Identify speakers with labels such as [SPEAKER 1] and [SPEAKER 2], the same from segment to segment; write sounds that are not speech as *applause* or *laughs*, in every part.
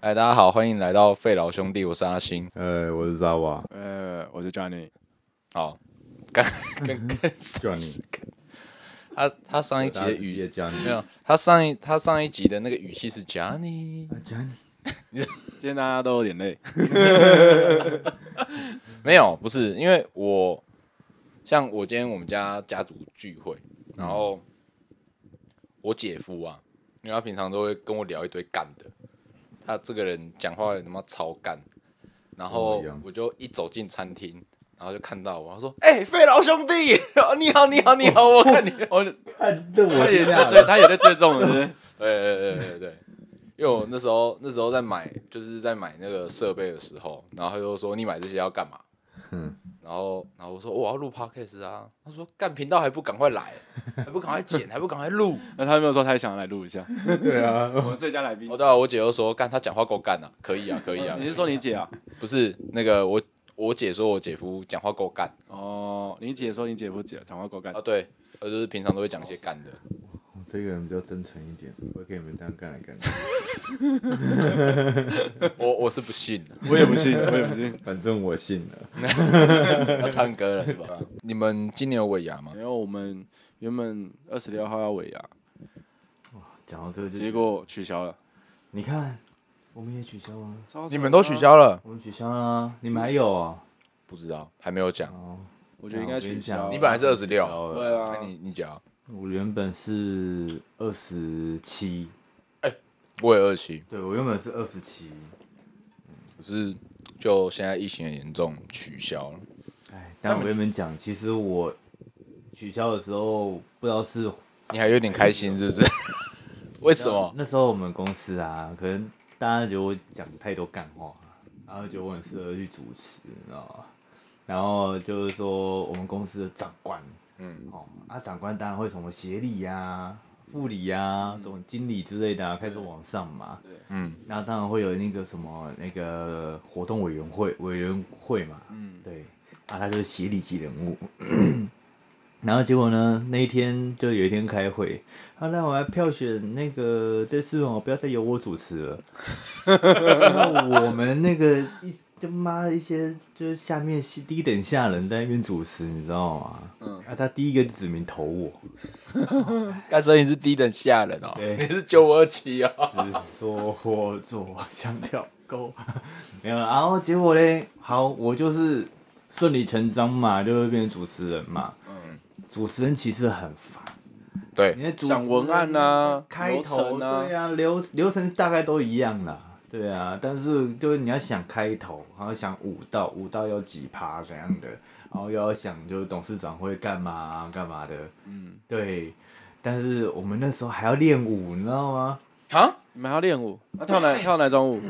[SPEAKER 1] 哎，大家好，欢迎来到废老兄弟，我是阿星。
[SPEAKER 2] 呃，我是扎瓦，
[SPEAKER 3] 呃，我是 Johnny，
[SPEAKER 1] 好，哦
[SPEAKER 2] *laughs*
[SPEAKER 1] 刚
[SPEAKER 2] 嗯
[SPEAKER 1] 刚刚
[SPEAKER 2] 叫
[SPEAKER 3] *laughs*
[SPEAKER 2] 你
[SPEAKER 1] 他他上一集的语
[SPEAKER 2] 也叫你
[SPEAKER 1] 没有，他上一他上一集的那个语气是 Johnny，
[SPEAKER 2] 叫你
[SPEAKER 3] 今天大家都有点 *laughs* 累，
[SPEAKER 1] 没有，不是，因为我像我今天我们家家族聚会，然后
[SPEAKER 2] 嗯
[SPEAKER 1] 我姐夫啊，因为他平常都会跟我聊一堆干的，他这个人讲话他妈超干，然
[SPEAKER 2] 跟
[SPEAKER 1] 后
[SPEAKER 2] 我一样
[SPEAKER 1] 我就一走进餐厅。然后就看到我，他说：“哎、费老兄弟， *laughs* 你好，你好，你好，我看你，我
[SPEAKER 2] 看的我
[SPEAKER 3] 哦他也
[SPEAKER 2] 天
[SPEAKER 3] 在
[SPEAKER 2] 啊
[SPEAKER 3] 追，他也在追踪我，是不 *laughs* 是
[SPEAKER 1] 对对对对对，因为我那时候那时候在买，就是在买那个设备的时候，然后他就说你买这些要干嘛？
[SPEAKER 2] 嗯
[SPEAKER 1] 然后然后我说哦我要录 podcast 啊，他说干频道还不赶快 *laughs* 来，还不赶快剪，还不赶快录。
[SPEAKER 3] 那他有没有说他也想要来录一下？
[SPEAKER 2] 对
[SPEAKER 3] 我
[SPEAKER 2] 啊，
[SPEAKER 3] 们最佳来宾
[SPEAKER 1] 哦，，对啊，我姐又说干他讲话够干啊，可以啊，可以啊 *laughs*
[SPEAKER 3] 你，是说你姐啊？
[SPEAKER 1] 不是那个我我姐说我姐夫讲话够干
[SPEAKER 3] 哦，你姐说你姐夫姐讲话够干
[SPEAKER 1] 啊，，对，呃就是平常都会讲一些干的。
[SPEAKER 2] 我这个人比较真诚一点，我会跟你们这样干来干去，
[SPEAKER 1] 我我是不信的，
[SPEAKER 3] *laughs* 我也不信，我也不信。
[SPEAKER 2] *laughs* 反正我信了。
[SPEAKER 1] 要唱歌了是 *laughs* 吧？你们今年有尾牙吗？
[SPEAKER 3] 然后我们原本二十六号要尾牙，
[SPEAKER 2] 讲到这个就，
[SPEAKER 3] 结果取消了，
[SPEAKER 2] 你看，我们也取消啊，
[SPEAKER 1] 你们都取？消了？
[SPEAKER 2] 我们取消啊，你们还有啊？
[SPEAKER 1] 不知道，还没有讲。
[SPEAKER 3] 我觉得应该取消。
[SPEAKER 1] 你本来是二十六，
[SPEAKER 2] 对，
[SPEAKER 3] 对啊
[SPEAKER 1] 那，你你讲，
[SPEAKER 2] 我原本是二十七，
[SPEAKER 1] 我也二七，
[SPEAKER 2] 对我原本是二十七，
[SPEAKER 1] 可是就现在疫情很严重，取消了。
[SPEAKER 2] 哎，但我跟你们讲，其实我取消的时候，不知道是
[SPEAKER 1] 你还有点开心是不是？ *laughs* 为什么？
[SPEAKER 2] 那时候我们公司啊，可能大家觉得我讲太多干话，然后觉得我很适合去主持，你知道吗？然后就是说我们公司的长官，
[SPEAKER 1] 嗯，
[SPEAKER 2] 哦，啊，长官当然会什么协理呀、副理呀、总经理之类的、啊，开始往上嘛。
[SPEAKER 1] 嗯，
[SPEAKER 2] 那当然会有那个什么那个活动委员会委员会嘛，
[SPEAKER 3] 嗯，
[SPEAKER 2] 对，啊，他就是协理级人物。 *clears throat* 然后结果呢，那一天就有一天开会，他让我来票选那个这次哦，不要再由我主持了。然后我们那个一他妈的一些就是下面低等下人在那边主持，你知道吗？
[SPEAKER 3] 嗯
[SPEAKER 2] 啊，他第一个指名投我，
[SPEAKER 1] 干所以你是低等下人哦，
[SPEAKER 2] 对
[SPEAKER 1] 你是九五二七哦。
[SPEAKER 2] 只说我左想跳沟，没有，然后结果嘞，好，我就是顺理成章嘛，就会变成主持人嘛。
[SPEAKER 3] 嗯
[SPEAKER 2] 主持人其实很烦，
[SPEAKER 1] 对
[SPEAKER 2] 你，的主持人
[SPEAKER 3] 想文案啊，
[SPEAKER 2] 开
[SPEAKER 3] 流
[SPEAKER 2] 头
[SPEAKER 3] 程
[SPEAKER 2] 对
[SPEAKER 3] 啊，
[SPEAKER 2] 啊，流流程大概都一样啦，对啊，但是就是你要想开头，然后想舞蹈，舞蹈有几趴怎样的，然后又要想就是董事长会干嘛啊干嘛的，
[SPEAKER 3] 嗯，
[SPEAKER 2] 对。但是我们那时候还要练舞，你知道吗？
[SPEAKER 1] 啊，
[SPEAKER 3] 你们还要练舞，那啊跳 *laughs* 哪跳哪种舞？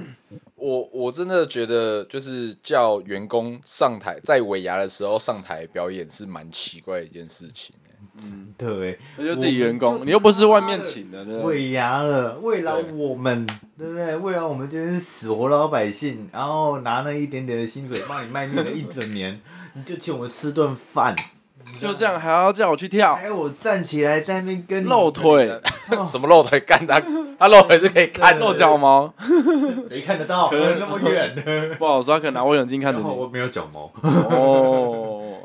[SPEAKER 1] 我我真的觉得就是叫员工上台，在尾牙的时候上台表演是蛮奇怪的一件事情欸、
[SPEAKER 2] 对，
[SPEAKER 3] 那就自己员
[SPEAKER 2] 我们
[SPEAKER 3] 工，
[SPEAKER 2] 就
[SPEAKER 3] 你又不是外面请的，对不对？
[SPEAKER 2] 尾牙了，为了
[SPEAKER 1] 对
[SPEAKER 2] 我们，对不对？为了我们这些死活老百姓，然后拿那一点点的薪水帮你卖命了一整年，你就请我们吃顿饭，
[SPEAKER 3] 就这样还要叫我去跳
[SPEAKER 2] 还有我站起来在那边跟你
[SPEAKER 3] 哦露腿、
[SPEAKER 2] 哦
[SPEAKER 1] 什么露腿干他， *laughs* 他露腿是可以看
[SPEAKER 2] 对
[SPEAKER 1] 露
[SPEAKER 3] 露
[SPEAKER 1] 脚。
[SPEAKER 3] 脚毛，
[SPEAKER 2] 谁看得到？
[SPEAKER 3] 可能
[SPEAKER 2] 那么远。
[SPEAKER 3] 不好说，他可能拿望远镜看着
[SPEAKER 2] 然后我
[SPEAKER 3] 你。
[SPEAKER 2] 没有脚毛，
[SPEAKER 3] 哦，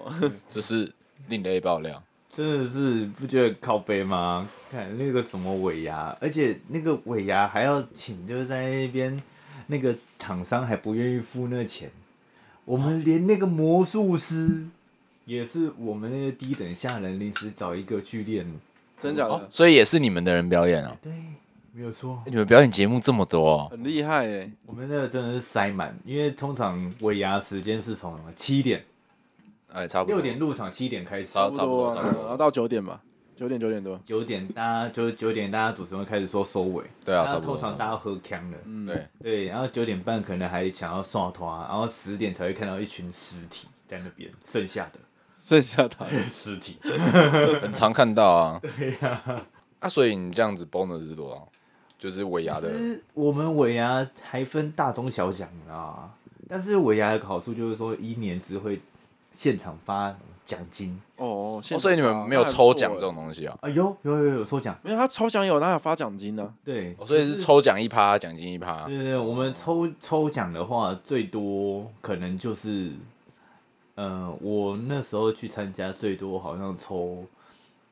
[SPEAKER 1] 这是另类爆料。
[SPEAKER 2] 真的是不觉得靠背吗？看那个什么尾牙，而且那个尾牙还要请，就是在那边那个厂商还不愿意付那钱，我们连那个魔术师也是我们那个低等下人临时找一个去练。
[SPEAKER 3] 真假
[SPEAKER 1] 哦
[SPEAKER 3] 的，，
[SPEAKER 1] 所以也是你们的人表演哦。
[SPEAKER 2] 对，没有错，
[SPEAKER 1] 你们表演节目这么多、哦，
[SPEAKER 3] 很厉害哎。
[SPEAKER 2] 我们那个真的是塞满，因为通常尾牙时间是从七点
[SPEAKER 1] 哎，差
[SPEAKER 2] 六点入场，七点开始。
[SPEAKER 1] 好哦差不多
[SPEAKER 3] 啊
[SPEAKER 1] 差不多
[SPEAKER 3] 然后到九点吧，九点九点多。
[SPEAKER 2] 九点大家就是九点，大家主持人会开始说收尾，
[SPEAKER 1] 对啊，
[SPEAKER 2] 然
[SPEAKER 1] 差
[SPEAKER 2] 后
[SPEAKER 1] 不多。
[SPEAKER 2] 通常大家喝呛了，
[SPEAKER 3] 嗯，
[SPEAKER 1] 对，
[SPEAKER 2] 对，然后九点半可能还想要刷拖，然后十点才会看到一群尸体在那边，剩下的 *laughs*
[SPEAKER 3] 剩下他
[SPEAKER 2] 尸体，
[SPEAKER 1] 很常看到
[SPEAKER 2] *laughs*
[SPEAKER 1] 啊。对呀、啊，所以你这样子 bonus 是多少？就是尾牙
[SPEAKER 2] 其
[SPEAKER 1] 的哦
[SPEAKER 2] 实我们尾牙还分大中小奖啊，但是尾牙的好处就是说一年只会现场发奖金。
[SPEAKER 3] 哦，现
[SPEAKER 1] 哦，所以你们没有抽奖这种东西啊？
[SPEAKER 2] 啊，有有有有抽奖，
[SPEAKER 3] 欸没有，他抽奖有，他有发奖金啊呢、
[SPEAKER 2] 对，
[SPEAKER 1] 哦，所以
[SPEAKER 2] 就是
[SPEAKER 1] 抽奖一趴，奖金一趴
[SPEAKER 2] 对。对对，我们抽抽奖的话，最多可能就是，呃，我那时候去参加，最多好像抽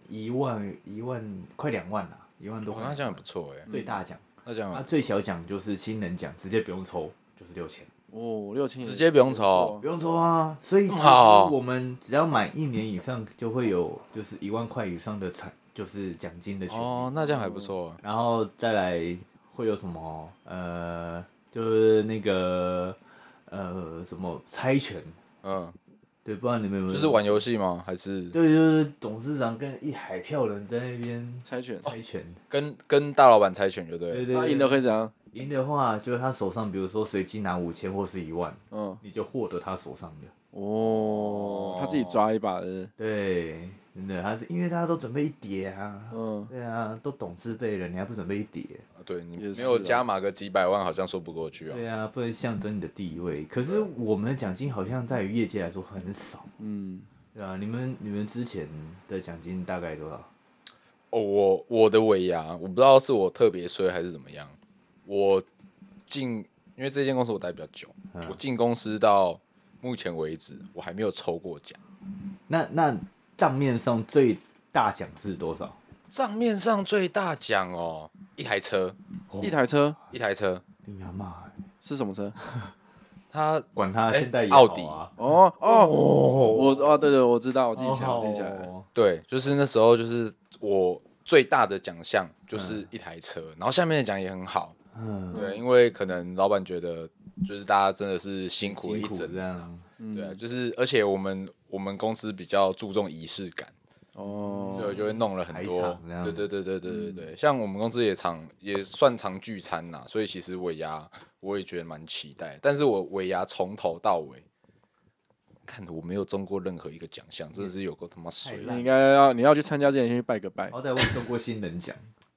[SPEAKER 2] 一万一万快两万啦，一万多
[SPEAKER 1] 哦，
[SPEAKER 2] 块
[SPEAKER 1] 那这样也不错哎，
[SPEAKER 2] 最大奖，
[SPEAKER 1] 那这样
[SPEAKER 2] 啊，最小奖就是新人奖，直接不用抽，就是六千，
[SPEAKER 3] 哦，六千
[SPEAKER 1] 直接不用抽
[SPEAKER 2] 不用抽啊。所以其
[SPEAKER 1] 哦这么
[SPEAKER 2] 实
[SPEAKER 1] 好
[SPEAKER 2] 我们只要满一年以上，就会有就是一万块以上的产，就是奖金的权利。
[SPEAKER 1] 哦，那这样还不错啊。
[SPEAKER 2] 然后再来会有什么？呃，就是那个呃什么猜拳，
[SPEAKER 1] 嗯，
[SPEAKER 2] 对，不知道你们有没有？
[SPEAKER 1] 就是玩游戏吗？还是
[SPEAKER 2] 嗯对，就是董事长跟一海票人在那边
[SPEAKER 3] 猜拳，
[SPEAKER 2] 猜拳，
[SPEAKER 1] 跟跟大老板猜拳，就哦对
[SPEAKER 2] 对
[SPEAKER 1] 了。
[SPEAKER 2] 对
[SPEAKER 3] 他
[SPEAKER 2] 对
[SPEAKER 3] 赢了会怎样？
[SPEAKER 2] 赢的话，就是他手上，比如说随机拿五千或是一万，
[SPEAKER 3] 嗯，
[SPEAKER 2] 你就获得他手上的。
[SPEAKER 3] 哦，他自己抓一把的，
[SPEAKER 2] 对，真的，他是因为大家都准备一叠啊，
[SPEAKER 3] 嗯，
[SPEAKER 2] 对啊，都懂自备了，你还不准备一叠？
[SPEAKER 1] 啊对你
[SPEAKER 3] 也
[SPEAKER 1] 没
[SPEAKER 3] 是
[SPEAKER 1] 有
[SPEAKER 3] 啊
[SPEAKER 1] 加码个几百万，好像说不过去啊。啊
[SPEAKER 2] 对啊，不能象征你的地位。可是我们的奖金好像在于业界来说很少。
[SPEAKER 3] 嗯，
[SPEAKER 2] 对啊，你们你们之前的奖金大概多少？
[SPEAKER 1] 哦，我我的尾牙，我不知道是我特别衰还是怎么样。我进，因为这间公司我待比较久，
[SPEAKER 2] 嗯
[SPEAKER 1] 我进公司到目前为止，我还没有抽过奖。
[SPEAKER 2] 那那账面上最大奖是多少？
[SPEAKER 1] 账面上最大奖哦，一台车，
[SPEAKER 3] 一台车
[SPEAKER 1] 一台车，
[SPEAKER 2] 你阿妈欸，
[SPEAKER 3] 是什么车？
[SPEAKER 1] 它
[SPEAKER 2] 管他
[SPEAKER 1] 哎
[SPEAKER 2] 现在也
[SPEAKER 1] 奥
[SPEAKER 2] 好
[SPEAKER 1] 迪
[SPEAKER 2] 啊。
[SPEAKER 3] 哦哦，
[SPEAKER 2] 哦，
[SPEAKER 3] 我哦，对对，我知道，我记起来，
[SPEAKER 2] 好
[SPEAKER 3] 我记起来了，
[SPEAKER 2] 哦
[SPEAKER 1] 对，就是那时候就是我最大的奖项就是一台车，然后下面的奖也很好，
[SPEAKER 2] 嗯，
[SPEAKER 1] 对，因为可能老板觉得就是大家真的是辛苦了
[SPEAKER 2] 辛
[SPEAKER 1] 一
[SPEAKER 2] 苦
[SPEAKER 1] 整
[SPEAKER 2] 这样。
[SPEAKER 3] 嗯
[SPEAKER 1] 对啊，就是而且我们我们公司比较注重仪式感，所以
[SPEAKER 3] 哦，
[SPEAKER 1] 我就会弄了很
[SPEAKER 2] 排
[SPEAKER 1] 多
[SPEAKER 2] 场这，样嗯
[SPEAKER 1] 对对对对对对对，像我们公司也常也算常聚餐呐，所以其实尾牙我也觉得蛮期待，但是我尾牙从头到尾。看，我没有中过任何一个奖项，真的是有够他妈水
[SPEAKER 2] 太
[SPEAKER 1] 的！
[SPEAKER 2] 烂
[SPEAKER 3] 你应该要你要去参加之前先去拜个拜，
[SPEAKER 2] 好歹我也中过新人奖，。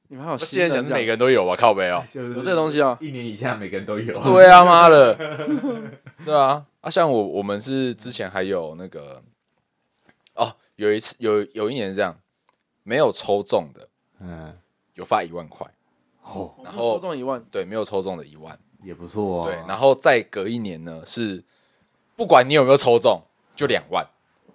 [SPEAKER 3] 你们还有
[SPEAKER 1] 现在讲
[SPEAKER 3] 讲
[SPEAKER 1] 是每个人都有吧？靠背 *laughs* 哦
[SPEAKER 2] *laughs* 有
[SPEAKER 3] 有这个东西啊
[SPEAKER 2] 一年以下每个人都有。
[SPEAKER 1] 对啊，妈的。对啊，啊，像我我们是之前还有那个，哦，有一次有有一年是这样，没有抽中的
[SPEAKER 2] 嗯，
[SPEAKER 1] 有发一万块，
[SPEAKER 2] 哦，
[SPEAKER 1] 然
[SPEAKER 3] 然
[SPEAKER 1] 后
[SPEAKER 3] 后抽中一万，
[SPEAKER 1] 对，没有抽中的一万，
[SPEAKER 2] 也不错哦。
[SPEAKER 1] 对，然后再隔一年呢是，不管你有没有抽中，就两万，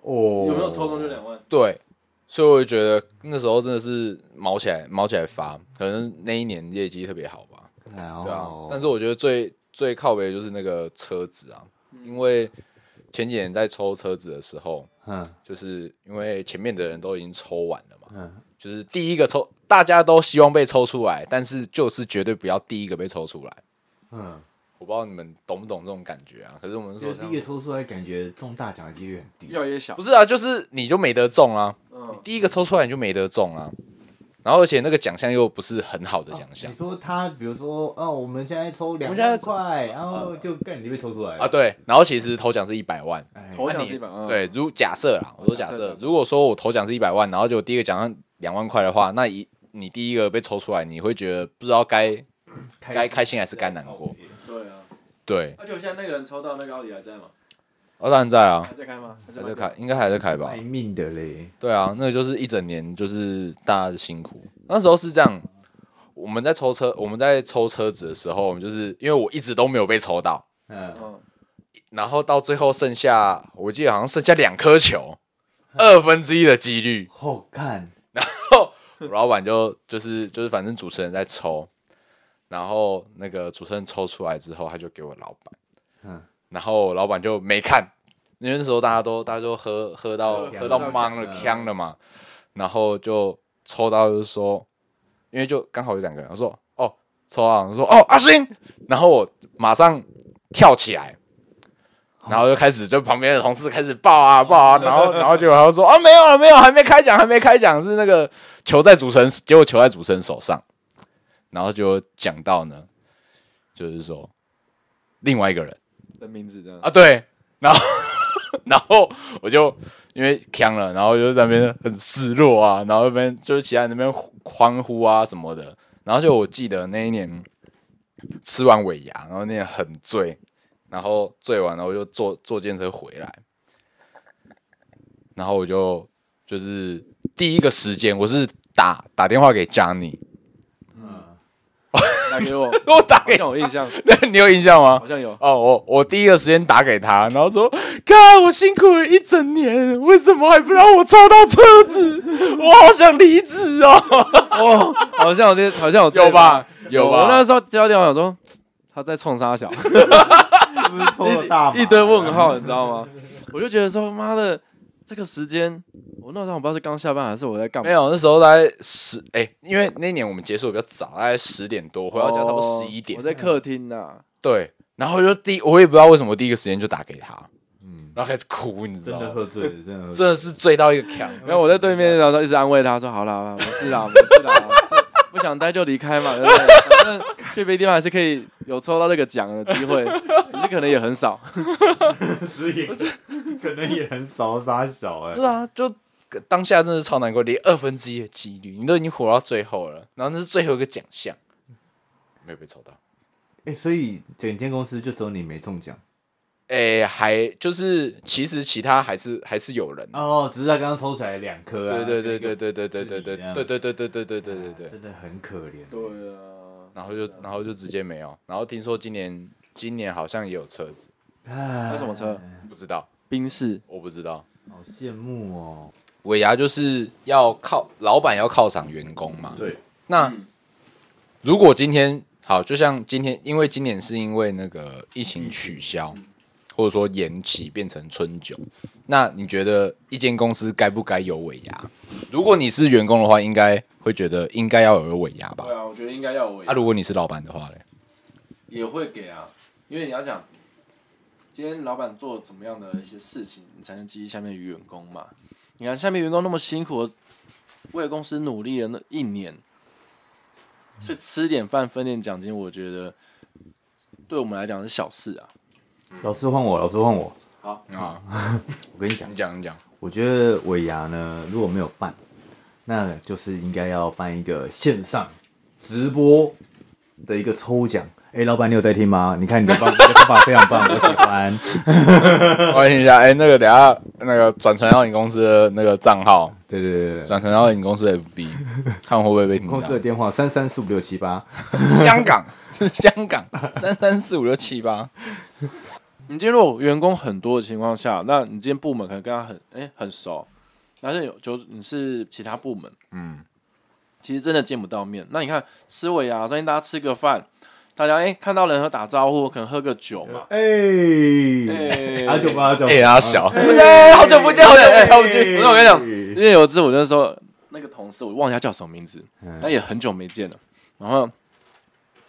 [SPEAKER 2] 哦，
[SPEAKER 3] 有没有抽中就两万？
[SPEAKER 1] 对，所以我就觉得那时候真的是毛起来毛起来发，可能那一年业绩特别好吧，
[SPEAKER 2] 哎哦？
[SPEAKER 1] 对啊，但是我觉得最最靠北的就是那个车子啊，因为前几年在抽车子的时候，
[SPEAKER 2] 嗯
[SPEAKER 1] 就是因为前面的人都已经抽完了嘛，
[SPEAKER 2] 嗯，
[SPEAKER 1] 就是第一个抽，大家都希望被抽出来，但是就是绝对不要第一个被抽出来。
[SPEAKER 2] 嗯，
[SPEAKER 1] 我不知道你们懂不懂这种感觉啊？可是我们
[SPEAKER 2] 就
[SPEAKER 1] 说
[SPEAKER 2] 是第一个抽出来，感觉中大奖的几率很低
[SPEAKER 3] 越。来越小
[SPEAKER 1] 不，是啊，就是你就没得中啊，
[SPEAKER 3] 嗯，
[SPEAKER 1] 第一个抽出来你就没得中啊，然后而且那个奖项又不是很好的奖项
[SPEAKER 2] 你说他，比如说，哦，我们现在抽两
[SPEAKER 1] 我们现在呃
[SPEAKER 2] 万块，然后就干你就被抽出来了
[SPEAKER 1] 啊，，对，然后其实头奖是一百万，
[SPEAKER 2] 哎
[SPEAKER 3] 哎头
[SPEAKER 1] 那
[SPEAKER 3] 奖
[SPEAKER 1] 你
[SPEAKER 3] 是一百万，
[SPEAKER 1] 对，如假设啦，我说假
[SPEAKER 3] 假设
[SPEAKER 1] 设
[SPEAKER 3] 假，设
[SPEAKER 1] 如果说我头奖是一百万，然后就第一个奖项两万块的话，那一你第一个被抽出来，你会觉得不知道该该开心还是该难过？
[SPEAKER 3] 对啊，
[SPEAKER 1] 对，
[SPEAKER 3] 而且我现在那个人抽到那个奥迪还在吗？
[SPEAKER 1] 哦，当然在啊，
[SPEAKER 3] 还在开吗？还
[SPEAKER 1] 还
[SPEAKER 3] 在
[SPEAKER 1] 在
[SPEAKER 3] 开
[SPEAKER 1] 开，应该还在开吧
[SPEAKER 2] 卖？命的
[SPEAKER 1] *laughs*
[SPEAKER 2] 嘞，
[SPEAKER 1] 对啊，那个就是一整年就是大家的辛苦。那时候是这样，我们在抽车，我们在抽车子的时候，我们就是因为我一直都没有被抽到，
[SPEAKER 2] 嗯，
[SPEAKER 3] 嗯，
[SPEAKER 1] 然后到最后剩下，我记得好像剩下两颗球，二分之一的几率。
[SPEAKER 2] 好看，
[SPEAKER 1] 我老板就就是就是反正主持人在抽，然后那个主持人抽出来之后，他就给我老板，
[SPEAKER 2] 嗯
[SPEAKER 1] 然后我老板就没看，因为那时候大家都大家都喝喝到
[SPEAKER 3] 喝
[SPEAKER 1] 喝到
[SPEAKER 3] 到
[SPEAKER 1] 懵了
[SPEAKER 2] 呛了
[SPEAKER 1] 呛了嘛，然后就抽到就说，因为就刚好有两个人，我说哦抽到，我说哦阿星，然后我马上跳起来。然后就开始，就旁边的同事开始抱啊抱啊，然后然后结果他就说啊没有了没有，还没开奖还没开奖，是那个球在主持人，结果球在主持人手上，然后就讲到呢，就是说另外一个人
[SPEAKER 3] 的名字这样
[SPEAKER 1] 啊，对，然后然后我就因为呛了，然后就在那边很失落啊，然后那边就是其他人那边欢呼啊什么的，然后就我记得那一年吃完尾牙，然后那天很醉，然后醉完然后就坐坐电车回来，然后我就就是第一个时间我是打打电话给 Johnny，
[SPEAKER 2] 嗯，
[SPEAKER 3] 打给我，
[SPEAKER 1] 我打
[SPEAKER 3] *laughs* 好
[SPEAKER 1] 给 *laughs*
[SPEAKER 3] 像有印象，
[SPEAKER 1] 你有印象吗
[SPEAKER 3] 好？像有。
[SPEAKER 1] 哦，我我第一个时间打给他，然后说：“看我辛苦了一整年，为什么还不让我抽到车 *laughs* 子？我好想离职哦。
[SPEAKER 3] 哦，好像有那，好像有”这
[SPEAKER 1] 有
[SPEAKER 3] 个
[SPEAKER 1] 吧？？有
[SPEAKER 3] 有我那
[SPEAKER 1] 吧？
[SPEAKER 3] 时候接到电话，想说他在冲
[SPEAKER 1] *laughs*
[SPEAKER 3] 啥小，
[SPEAKER 2] 是不是抽了大麻
[SPEAKER 3] 一堆问号，你知道吗？我就觉得说，妈的，这个时间，我那时候我不知道是刚下班还是我在干嘛
[SPEAKER 1] 没。有，那时候大概十哎、因为那年我们结束得比较早，大概十点多回到家，差不多
[SPEAKER 3] 哦
[SPEAKER 1] 十一点。
[SPEAKER 3] 我在客厅啊呐，
[SPEAKER 1] 对，然后就第我也不知道为什么我第一个时间就打给他，
[SPEAKER 2] 嗯，
[SPEAKER 1] 然后开始哭，你知
[SPEAKER 2] 真
[SPEAKER 1] 道
[SPEAKER 2] 的
[SPEAKER 1] 吗？
[SPEAKER 2] 喝醉了，真的喝醉了。
[SPEAKER 1] 真的是醉到一个强。
[SPEAKER 3] 然后我在对面，然后一直安慰他说：“好啦，没事 *laughs* 啦，没事啦，是不想待就离开嘛，对不对？反正去别的地方还是可以有抽到这个奖的机 *laughs* 会，只是可能也很少。
[SPEAKER 1] *laughs*
[SPEAKER 2] 所以 *laughs* 可能也很少傻小哎、
[SPEAKER 1] 是啊，就当下真的是超难过，连二分之一的几率，你都已经活到最后了，然后那是最后一个奖项，没有被抽到。
[SPEAKER 2] 哎、所以整间公司就只有你没中奖
[SPEAKER 1] 诶、哎还就是其实其他还是还是有人，啊
[SPEAKER 2] 哦，只是他刚刚抽出来两颗啊，
[SPEAKER 1] 对对对对
[SPEAKER 2] 这个
[SPEAKER 1] 对对对对对
[SPEAKER 2] 自己这样
[SPEAKER 1] 对对对对对对对对对
[SPEAKER 2] 啊，真的很可怜。”
[SPEAKER 3] 对啊，
[SPEAKER 1] 然后就然后就直接没有，然后听说今年今年好像也有车子，
[SPEAKER 2] 哎，
[SPEAKER 3] 那什么车？
[SPEAKER 1] 不知道，
[SPEAKER 3] 冰室
[SPEAKER 1] 我不知道。
[SPEAKER 2] 好羡慕哦。
[SPEAKER 1] 尾牙就是要靠老板要犒赏员工嘛，
[SPEAKER 2] 对，
[SPEAKER 1] 那、
[SPEAKER 3] 嗯
[SPEAKER 1] 如果今天好，就像今天，因为今年是因为那个疫情取消，
[SPEAKER 2] 嗯
[SPEAKER 1] 或者说延期变成春酒，那你觉得一间公司该不该有尾牙？如果你是员工的话，应该会觉得应该要有尾牙吧
[SPEAKER 3] 对？啊，我觉得应该要我
[SPEAKER 1] 啊，如果你是老板的话嘞，
[SPEAKER 3] 也会给啊，因为你要讲，今天老板做怎么样的一些事情，你才能激励下面的员工嘛。你看下面员工那么辛苦，为了公司努力了那一年，所以吃点饭分点奖金，我觉得对我们来讲是小事啊。
[SPEAKER 2] 老师换我，老师换我。
[SPEAKER 3] 好，
[SPEAKER 1] 啊，
[SPEAKER 2] 我跟你讲
[SPEAKER 1] 你，讲你讲，
[SPEAKER 2] 我觉得尾牙呢，如果没有办，那就是应该要办一个线上直播的一个抽奖。哎、老板，你有在听吗？你看你的方 *laughs* 你的方法非常棒，我喜欢。
[SPEAKER 1] 我问一下，哎、那个等一下那个转传到你公司的那个账号，
[SPEAKER 2] 对对对对对，
[SPEAKER 1] 转传到你公司的
[SPEAKER 2] *laughs*
[SPEAKER 1] FB，看会不会被听到
[SPEAKER 2] 公司。的电话三三四五六七八。
[SPEAKER 1] 香港是香港三三四五六七八，
[SPEAKER 3] 你今天如果员工很多的情况下，那你今天部门可能跟他很哎、很熟，但是有就你是其他部门，
[SPEAKER 1] 嗯。
[SPEAKER 3] 其实真的见不到面。那你看吃尾牙，相信大家吃个饭，大家哎、看到人和打招呼，可能喝个酒嘛。
[SPEAKER 2] 哎、
[SPEAKER 3] 哎
[SPEAKER 2] 阿九八阿九，
[SPEAKER 1] 哎、阿
[SPEAKER 2] *laughs*
[SPEAKER 1] 小，
[SPEAKER 2] 哎
[SPEAKER 1] 哎、好久不见，好久不见，好久不见。
[SPEAKER 3] 不是我跟你讲，因为有一次我那时候那个同事，我忘记他叫什么名字，但也很久没见了。然后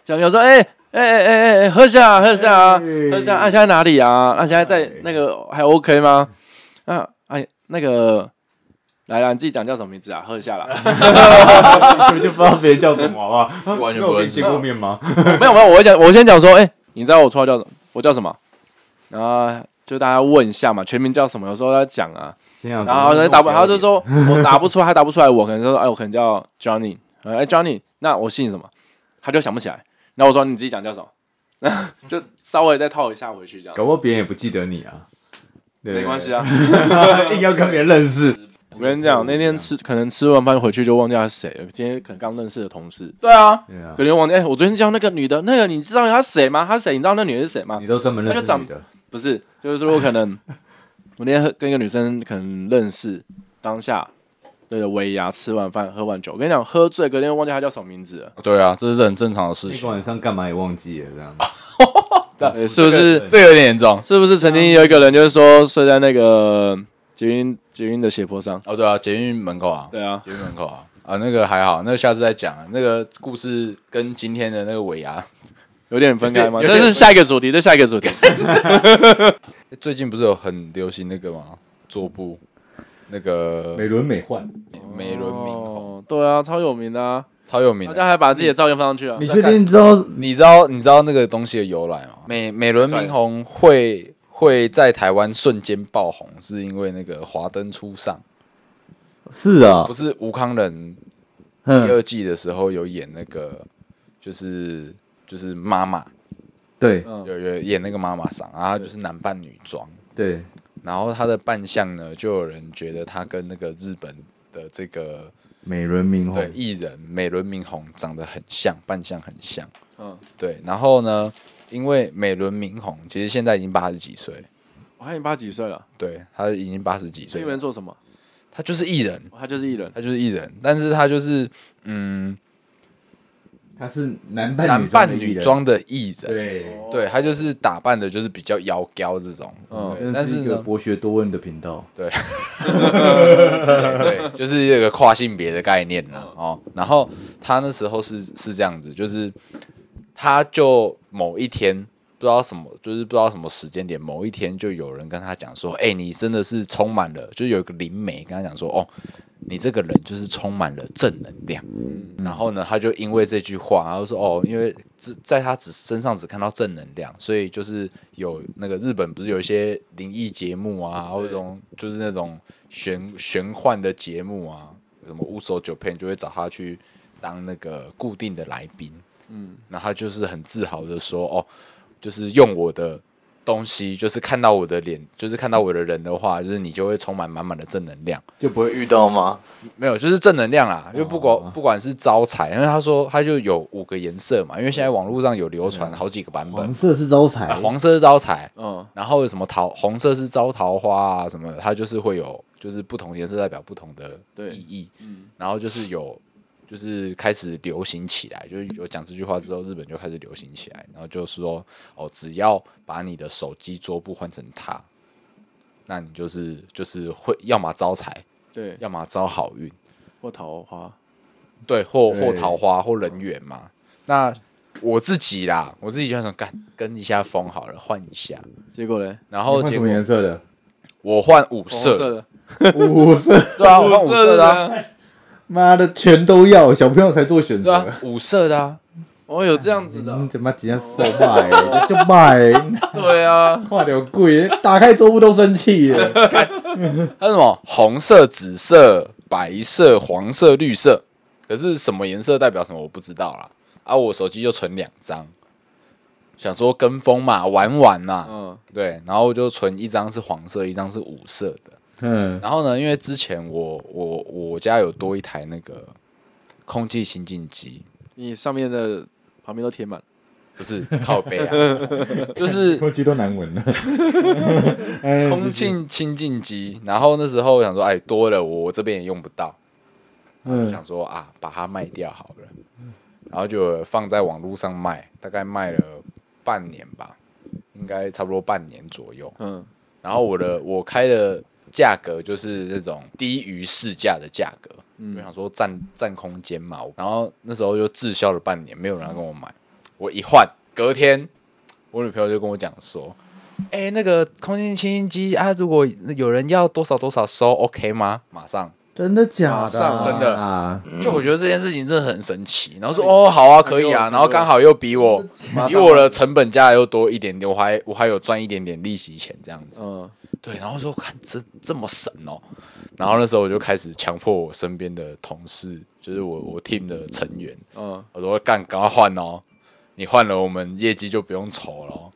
[SPEAKER 3] 小朋友说：“哎哎哎哎哎，喝下啊喝下啊
[SPEAKER 2] 哎
[SPEAKER 3] 喝下啊，啊，现在哪里啊？啊，现在在那个还 OK 吗？啊哎那个。”来啦，你自己讲叫什么名字啊？喝下啦，
[SPEAKER 2] 我就不知道别人叫什么，好不好？
[SPEAKER 1] 完全
[SPEAKER 2] 我
[SPEAKER 1] 不啊
[SPEAKER 2] 跟
[SPEAKER 1] 认
[SPEAKER 2] 你
[SPEAKER 1] 识
[SPEAKER 2] 见过面吗？
[SPEAKER 3] 没有没有，我讲，我先讲说，哎、你知道我绰号叫什么？我叫什么？然后就大家问一下嘛，全名叫什么？有时候他讲啊，
[SPEAKER 2] 先讲什么，
[SPEAKER 3] 然后人
[SPEAKER 1] 哦
[SPEAKER 3] 打不，他就说我打不出来，他打不出来，我可能就说，哎，我可能叫 Johnny，呃哎 Johnny，那我姓什么？他就想不起来。然后我说你自己讲叫什么？ *laughs* 就稍微再套一下回去，这样
[SPEAKER 2] 搞不好别人也不记得你啊。对
[SPEAKER 3] 没关
[SPEAKER 1] *laughs*
[SPEAKER 3] 系，啊。
[SPEAKER 2] 对硬要跟别人认识。
[SPEAKER 3] 我跟你讲，那天吃可能吃完饭回去就忘记他是谁了，今天可能刚认识的同事，
[SPEAKER 1] 对啊，
[SPEAKER 2] 对啊
[SPEAKER 3] 可，能忘记。哎，我昨天叫那个女的，那个你知道她是谁吗？她是谁？你知道那女的是谁吗
[SPEAKER 1] *laughs*
[SPEAKER 2] 你？都专门认
[SPEAKER 3] 那就
[SPEAKER 2] 识
[SPEAKER 3] 长
[SPEAKER 2] 女的，
[SPEAKER 3] 不是，就是说我可能我那天和跟一个女生可能认识，当下对着尾牙吃完饭喝完酒，我跟你讲，喝醉隔天忘记她叫什么名字了。
[SPEAKER 1] 对啊，这是很正常的事
[SPEAKER 2] 那个
[SPEAKER 1] 情。
[SPEAKER 2] 晚上干嘛也忘记了这样。
[SPEAKER 3] 对是不是？
[SPEAKER 1] 这有点严重
[SPEAKER 3] 是不是曾经有一个人就是说睡在那个捷运捷运的斜坡上？
[SPEAKER 1] 哦。对啊，捷运门口啊，
[SPEAKER 3] 对啊，
[SPEAKER 1] 捷运门口啊，啊，那个还好，那个下次再讲啊。那个故事跟今天的那个尾牙，
[SPEAKER 3] 有点分开嘛。
[SPEAKER 1] 有
[SPEAKER 3] 这
[SPEAKER 1] 点
[SPEAKER 3] 是下一个主题，这是下一个主题。
[SPEAKER 1] 最近不是有很流行那个吗？桌布，那个
[SPEAKER 2] 美轮美奂，
[SPEAKER 1] 美轮明宏，
[SPEAKER 3] 哦，对啊，超有名的啊，
[SPEAKER 1] 超有名
[SPEAKER 3] 大
[SPEAKER 1] 的。
[SPEAKER 3] 家还把自己的照片放上去啊
[SPEAKER 2] 你。确定知道？
[SPEAKER 1] 你知道你知道那个东西的由来吗？美美轮明宏会会在台湾瞬间爆红，是因为那个《华灯初上》。
[SPEAKER 2] 是啊
[SPEAKER 1] 不，是吴康仁第
[SPEAKER 2] 嗯，
[SPEAKER 1] 二季的时候有演那个，就是就是妈妈，
[SPEAKER 2] 对
[SPEAKER 3] 嗯，
[SPEAKER 1] 有有演那个妈妈桑，然后她就是男扮女装，
[SPEAKER 2] 对，
[SPEAKER 1] 然后他的扮相呢，就有人觉得他跟那个日本的这个
[SPEAKER 2] 美轮明
[SPEAKER 1] 对
[SPEAKER 2] 宏，
[SPEAKER 1] 艺人美轮明宏长得很像，扮相很像。
[SPEAKER 3] 嗯，
[SPEAKER 1] 对，然后呢，因为美轮明宏其实现在已经八十几岁，
[SPEAKER 3] 我看你爸几岁了？
[SPEAKER 1] 对他已经八十几
[SPEAKER 3] 所
[SPEAKER 1] 岁
[SPEAKER 3] 以
[SPEAKER 1] 了
[SPEAKER 3] 你，们做什么？
[SPEAKER 1] 他就是艺人，
[SPEAKER 3] 他就是艺人，
[SPEAKER 1] 他就是艺人，但是他就是嗯
[SPEAKER 2] 他是男扮
[SPEAKER 1] 男
[SPEAKER 2] 女
[SPEAKER 1] 扮
[SPEAKER 2] 的艺
[SPEAKER 1] 女
[SPEAKER 2] 人，
[SPEAKER 1] 装的艺人，
[SPEAKER 2] 对，
[SPEAKER 1] 对他就是打扮的就是比较妖娇这种，
[SPEAKER 3] 嗯
[SPEAKER 1] 对
[SPEAKER 2] 真的
[SPEAKER 1] 但
[SPEAKER 2] 哦是
[SPEAKER 1] 是
[SPEAKER 2] 一个
[SPEAKER 1] 呢，
[SPEAKER 2] 博学多问的频道。
[SPEAKER 1] 对，就是有一个跨性别的概念啦。哦，然后他那时候是是这样子，就是他就某一天不知道什么，就是不知道什么时间点，某一天就有人跟他讲说：“哎、你真的是充满了，就有一个灵媒跟他讲说，哦，你这个人就是充满了正能量。”然后呢，他就因为这句话，然后说：“哦，因为只在他只身上只看到正能量，所以就是有那个日本不是有一些灵异节目啊，或者那种就是那种玄玄幻的节目啊，什么乌手九片就会找他去当那个固定的来宾。”嗯，那他就是很自豪的说：“哦，就是用我的东西，就是看到我的脸，就是看到我的人的话，就是你就会充满满满的正能量。”
[SPEAKER 2] 就不会遇到吗？
[SPEAKER 1] 没有，就是正能量啦。因为不管、不管是招财，因为他说他就有五个颜色嘛，因为现在网络上有流传好几个版本
[SPEAKER 2] 黄，色是招财
[SPEAKER 1] 啊，黄色是招财，
[SPEAKER 3] 嗯，
[SPEAKER 1] 然后有什么桃红色是招桃花啊什么的，它就是会有就是不同颜色代表不同的
[SPEAKER 3] 对
[SPEAKER 1] 意义，然后就是有就是开始流行起来，就是有讲这句话之后，日本就开始流行起来，然后就说哦，只要把你的手机桌布换成它，那你就是就是会要么招财，
[SPEAKER 3] 对，
[SPEAKER 1] 要么招好运。
[SPEAKER 3] 或桃花，
[SPEAKER 1] 对，或
[SPEAKER 2] 对
[SPEAKER 1] 或桃花或人缘嘛。那我自己啦，我自己就想干跟一下风好了，换一下。
[SPEAKER 3] 结果嘞，
[SPEAKER 1] 然
[SPEAKER 2] 你
[SPEAKER 1] 后
[SPEAKER 2] 换
[SPEAKER 1] 结
[SPEAKER 2] 什
[SPEAKER 1] 果
[SPEAKER 2] 么颜色 *laughs* 的？
[SPEAKER 1] 我换五
[SPEAKER 3] 红
[SPEAKER 1] 色，
[SPEAKER 3] 的，
[SPEAKER 2] 五色，
[SPEAKER 1] 对啊，我换五色的、啊，
[SPEAKER 3] 啊，
[SPEAKER 2] 妈的，全都要，小朋友才做选
[SPEAKER 1] 对
[SPEAKER 2] 择
[SPEAKER 1] 啊。，五色的啊，
[SPEAKER 3] 哦，有这样子的
[SPEAKER 2] 你， *laughs* 怎么今天手 *laughs* 卖？就卖，
[SPEAKER 3] 对啊，
[SPEAKER 2] 看着贵，打开桌布都生气耶。 *laughs*
[SPEAKER 1] 还有什么红色、紫色、白色、黄色、绿色，可是什么颜色代表什么我不知道啦。啊，我手机就存两张，想说跟风嘛，玩玩呐、
[SPEAKER 3] 嗯，
[SPEAKER 1] 对，然后我就存一张是黄色，一张是五色的。
[SPEAKER 2] 嗯，
[SPEAKER 1] 然后呢，因为之前我我我家有多一台那个空气清净机，
[SPEAKER 3] 你上面的旁边都填满，
[SPEAKER 1] 不是靠背 *laughs* 啊，就是
[SPEAKER 2] 空气都难闻了。哎
[SPEAKER 1] 空，气清净机。然后那时候我想说，哎，多了我这边也用不到，然后就
[SPEAKER 2] 嗯，
[SPEAKER 1] 想说啊，把它卖掉好了。然后就放在网络上卖，大概卖了半年吧，应该差不多半年左右。
[SPEAKER 3] 嗯，
[SPEAKER 1] 然后我的我开的价格就是那种低于市价的价格，
[SPEAKER 3] 嗯
[SPEAKER 1] 我想说占占空间嘛。然后那时候就滞销了半年，没有人要跟我买。我一换，隔天我女朋友就跟我讲说：“哎、那个空气清新机啊，如果有人要多少多少收，OK 吗？”马上
[SPEAKER 2] 真的假的
[SPEAKER 3] 马
[SPEAKER 2] 啊？
[SPEAKER 3] 上
[SPEAKER 1] 真的
[SPEAKER 2] 啊？
[SPEAKER 1] 就我觉得这件事情真的很神奇。然后说：“哦，好啊，可以啊。”然后刚好又比我
[SPEAKER 3] *laughs* 马
[SPEAKER 1] 比
[SPEAKER 3] 上
[SPEAKER 1] 我的成本价又多一点点，我还我还有赚一点点利息钱这样子。
[SPEAKER 3] 嗯，
[SPEAKER 1] 对，然后说看这这么神哦，然后那时候我就开始强迫我身边的同事，就是我我 team 的成员，
[SPEAKER 3] 嗯，
[SPEAKER 1] 我说干，赶快换哦，你换了我们业绩就不用愁了哦。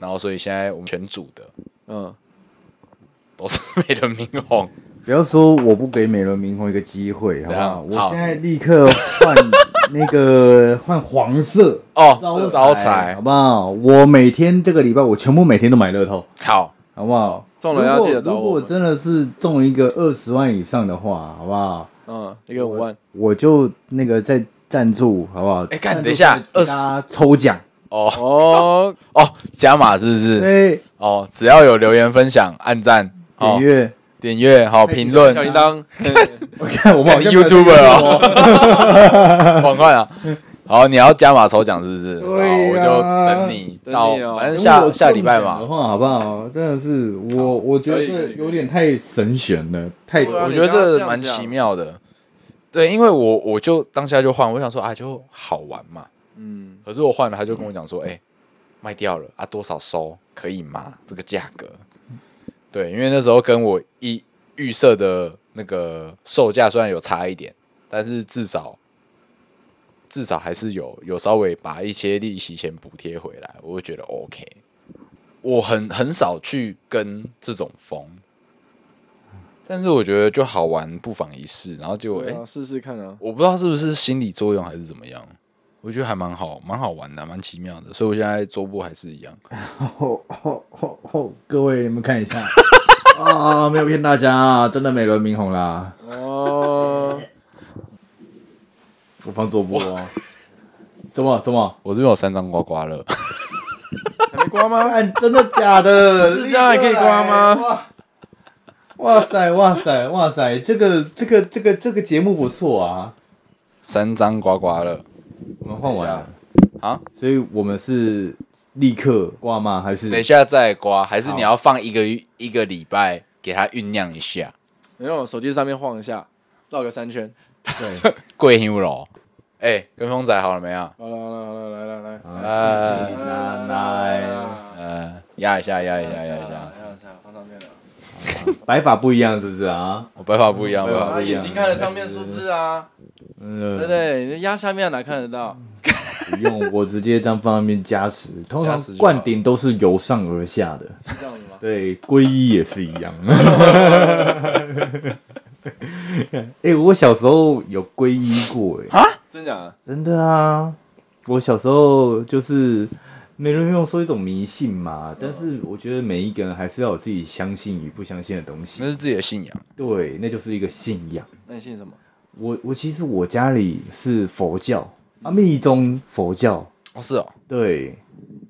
[SPEAKER 1] 然后所以现在我们全组的
[SPEAKER 3] 嗯，
[SPEAKER 1] 都是 *laughs* 美轮明宏，
[SPEAKER 2] 不要说我不给美轮明宏一个机会，好不
[SPEAKER 1] 怎
[SPEAKER 2] 好？
[SPEAKER 1] 样
[SPEAKER 2] 我
[SPEAKER 1] 好
[SPEAKER 2] 现在立刻换那个 *laughs* 换黄色
[SPEAKER 1] 哦，招
[SPEAKER 2] 好
[SPEAKER 1] 财，
[SPEAKER 2] 不好？我每天这个礼拜我全部每天都买乐透，
[SPEAKER 1] 好，
[SPEAKER 2] 好不好？
[SPEAKER 3] 中了要记得
[SPEAKER 2] 如
[SPEAKER 3] 找
[SPEAKER 2] 果如
[SPEAKER 3] 我
[SPEAKER 2] 果
[SPEAKER 3] 们，
[SPEAKER 2] 真的是中一个二十万以上的话，好不好？
[SPEAKER 3] 嗯，一个五万，
[SPEAKER 2] 我就那个再赞助，好不好？
[SPEAKER 1] 哎干
[SPEAKER 2] 赞助
[SPEAKER 1] 等一下
[SPEAKER 2] 给大家抽奖，
[SPEAKER 1] 哦
[SPEAKER 3] 哦，
[SPEAKER 1] 哦，加码是不是？
[SPEAKER 2] 对，
[SPEAKER 1] 哦，只要有留言分享、按赞、
[SPEAKER 2] 点
[SPEAKER 1] 哦
[SPEAKER 2] 阅。
[SPEAKER 1] 点阅、好评论
[SPEAKER 3] 小，铃铛，
[SPEAKER 2] 我看我们好像没有
[SPEAKER 1] YouTuber 哦，
[SPEAKER 3] 啊 *laughs*
[SPEAKER 1] 赶快啊！好，你要加码抽奖是不是？
[SPEAKER 2] 对
[SPEAKER 1] 好，
[SPEAKER 2] 呀
[SPEAKER 1] 我就等你
[SPEAKER 3] 等
[SPEAKER 1] 到
[SPEAKER 3] 你，哦
[SPEAKER 1] 反正
[SPEAKER 2] 如果
[SPEAKER 1] *laughs* 下
[SPEAKER 2] 中
[SPEAKER 1] 下礼拜
[SPEAKER 2] 奖
[SPEAKER 1] 嘛。
[SPEAKER 2] 的话好不好？真的是我，我觉
[SPEAKER 3] 可
[SPEAKER 2] 得
[SPEAKER 3] 以
[SPEAKER 2] 这
[SPEAKER 3] 可以
[SPEAKER 2] 有点太神悬了，太
[SPEAKER 3] 对啊
[SPEAKER 1] 我
[SPEAKER 3] 你
[SPEAKER 1] 觉得
[SPEAKER 3] 刚刚这
[SPEAKER 1] 这
[SPEAKER 3] 样
[SPEAKER 1] 蛮
[SPEAKER 3] 讲
[SPEAKER 1] 奇妙的，对，因为我我就当下就换，我想说啊，就好玩嘛。
[SPEAKER 3] 嗯，
[SPEAKER 1] 可是我换了，他就跟我讲说，哎，卖掉了啊，多少收可以吗？这个价格，对，因为那时候跟我一预设的那个售价虽然有差一点，但是至少至少还是有有稍微把一些利息钱补贴回来，我就觉得 OK。我很很少去跟这种风，但是我觉得就好玩，不妨一试。然后结果哎、
[SPEAKER 3] 对啊，试试看啊。
[SPEAKER 1] 我不知道是不是心理作用还是怎么样，我觉得还蛮好，蛮好玩的，蛮奇妙的。所以我现在桌布还是一样，
[SPEAKER 2] 吼吼吼吼！哦各位你们看
[SPEAKER 3] *laughs*
[SPEAKER 2] 一下啊，没有骗大家啊，真的美轮明宏啦。
[SPEAKER 3] 哦，
[SPEAKER 2] 我放桌布哦。怎么怎么？
[SPEAKER 1] 我这边有三张刮刮乐，
[SPEAKER 3] 还没刮吗？
[SPEAKER 2] 看，哎真的假的？
[SPEAKER 3] *laughs* 是这样还可以刮吗
[SPEAKER 2] 立刻来？哇哇塞哇塞哇塞！这个这个这个这个节目不错啊，
[SPEAKER 1] 三张刮刮乐
[SPEAKER 2] 我们换完了
[SPEAKER 1] 啊！
[SPEAKER 2] 所以我们是立刻挂吗？还是
[SPEAKER 1] 等一下再刮，还是
[SPEAKER 2] 好
[SPEAKER 1] 你要放一个一个礼拜给它酝酿一下？
[SPEAKER 3] 没有，手机上面晃一下，绕个三圈。
[SPEAKER 2] 对？
[SPEAKER 1] 贵香楼，哎、跟风仔好了没有？
[SPEAKER 3] 好了好了好了，来来来，
[SPEAKER 1] 呃
[SPEAKER 2] 来
[SPEAKER 3] 哎
[SPEAKER 2] 来，
[SPEAKER 1] 呃，压一下，压一下，压一下。
[SPEAKER 3] 压一下，哎放上面了。
[SPEAKER 2] 白发不一样是不是啊？
[SPEAKER 1] 我白发不一嗯样，白
[SPEAKER 2] 白发
[SPEAKER 1] 发
[SPEAKER 3] 啊，
[SPEAKER 1] 不一
[SPEAKER 3] 眼
[SPEAKER 1] 样。
[SPEAKER 3] 睛看着上面数字啊，对不
[SPEAKER 2] 嗯，
[SPEAKER 3] 对？你压下面啊哪看得到？
[SPEAKER 2] 不用，我直接这样放上面加持。通
[SPEAKER 1] 加持就
[SPEAKER 2] 常
[SPEAKER 1] 好
[SPEAKER 2] 灌顶都是由上而下的，
[SPEAKER 3] 是这样子吗？
[SPEAKER 2] 对，皈依也是一样。 *laughs* 哎、我小时候有皈依过、哎，
[SPEAKER 3] 真假的？
[SPEAKER 2] 真的啊，我小时候就是没人用说一种迷信嘛，但是我觉得每一个人还是要有自己相信与不相信的东
[SPEAKER 1] 那
[SPEAKER 2] 西，
[SPEAKER 1] 是自己的信仰，
[SPEAKER 2] 对，那就是一个信仰。
[SPEAKER 3] 那你信什么？
[SPEAKER 2] 我我其实我家里是佛教啊，密宗佛教，
[SPEAKER 1] 哦，是哦，
[SPEAKER 2] 对，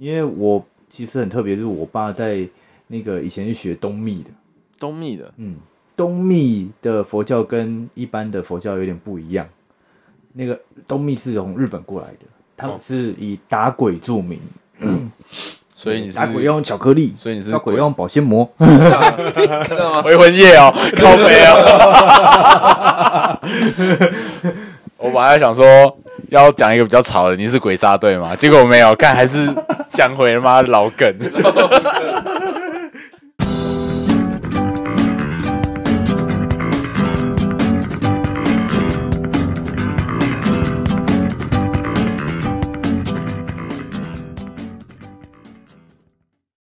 [SPEAKER 2] 因为我其实很特别，就是我爸在那个以前是学东密的，
[SPEAKER 3] 东密的，
[SPEAKER 2] 嗯，东密的佛教跟一般的佛教有点不一样。那个东密是从日本过来的，他
[SPEAKER 1] 哦
[SPEAKER 2] 们是以打鬼著名，
[SPEAKER 1] 所以你是
[SPEAKER 2] 打鬼要用巧克力，
[SPEAKER 1] 所以你是
[SPEAKER 2] 打
[SPEAKER 1] 鬼
[SPEAKER 2] 鬼哦要用保鲜膜。
[SPEAKER 3] 真的吗？
[SPEAKER 1] 回魂夜哦， *laughs* 靠背哦。 *laughs* 我本来想说要讲一个比较吵的，你是鬼杀队嘛？结果没有，看还是讲回了妈老梗。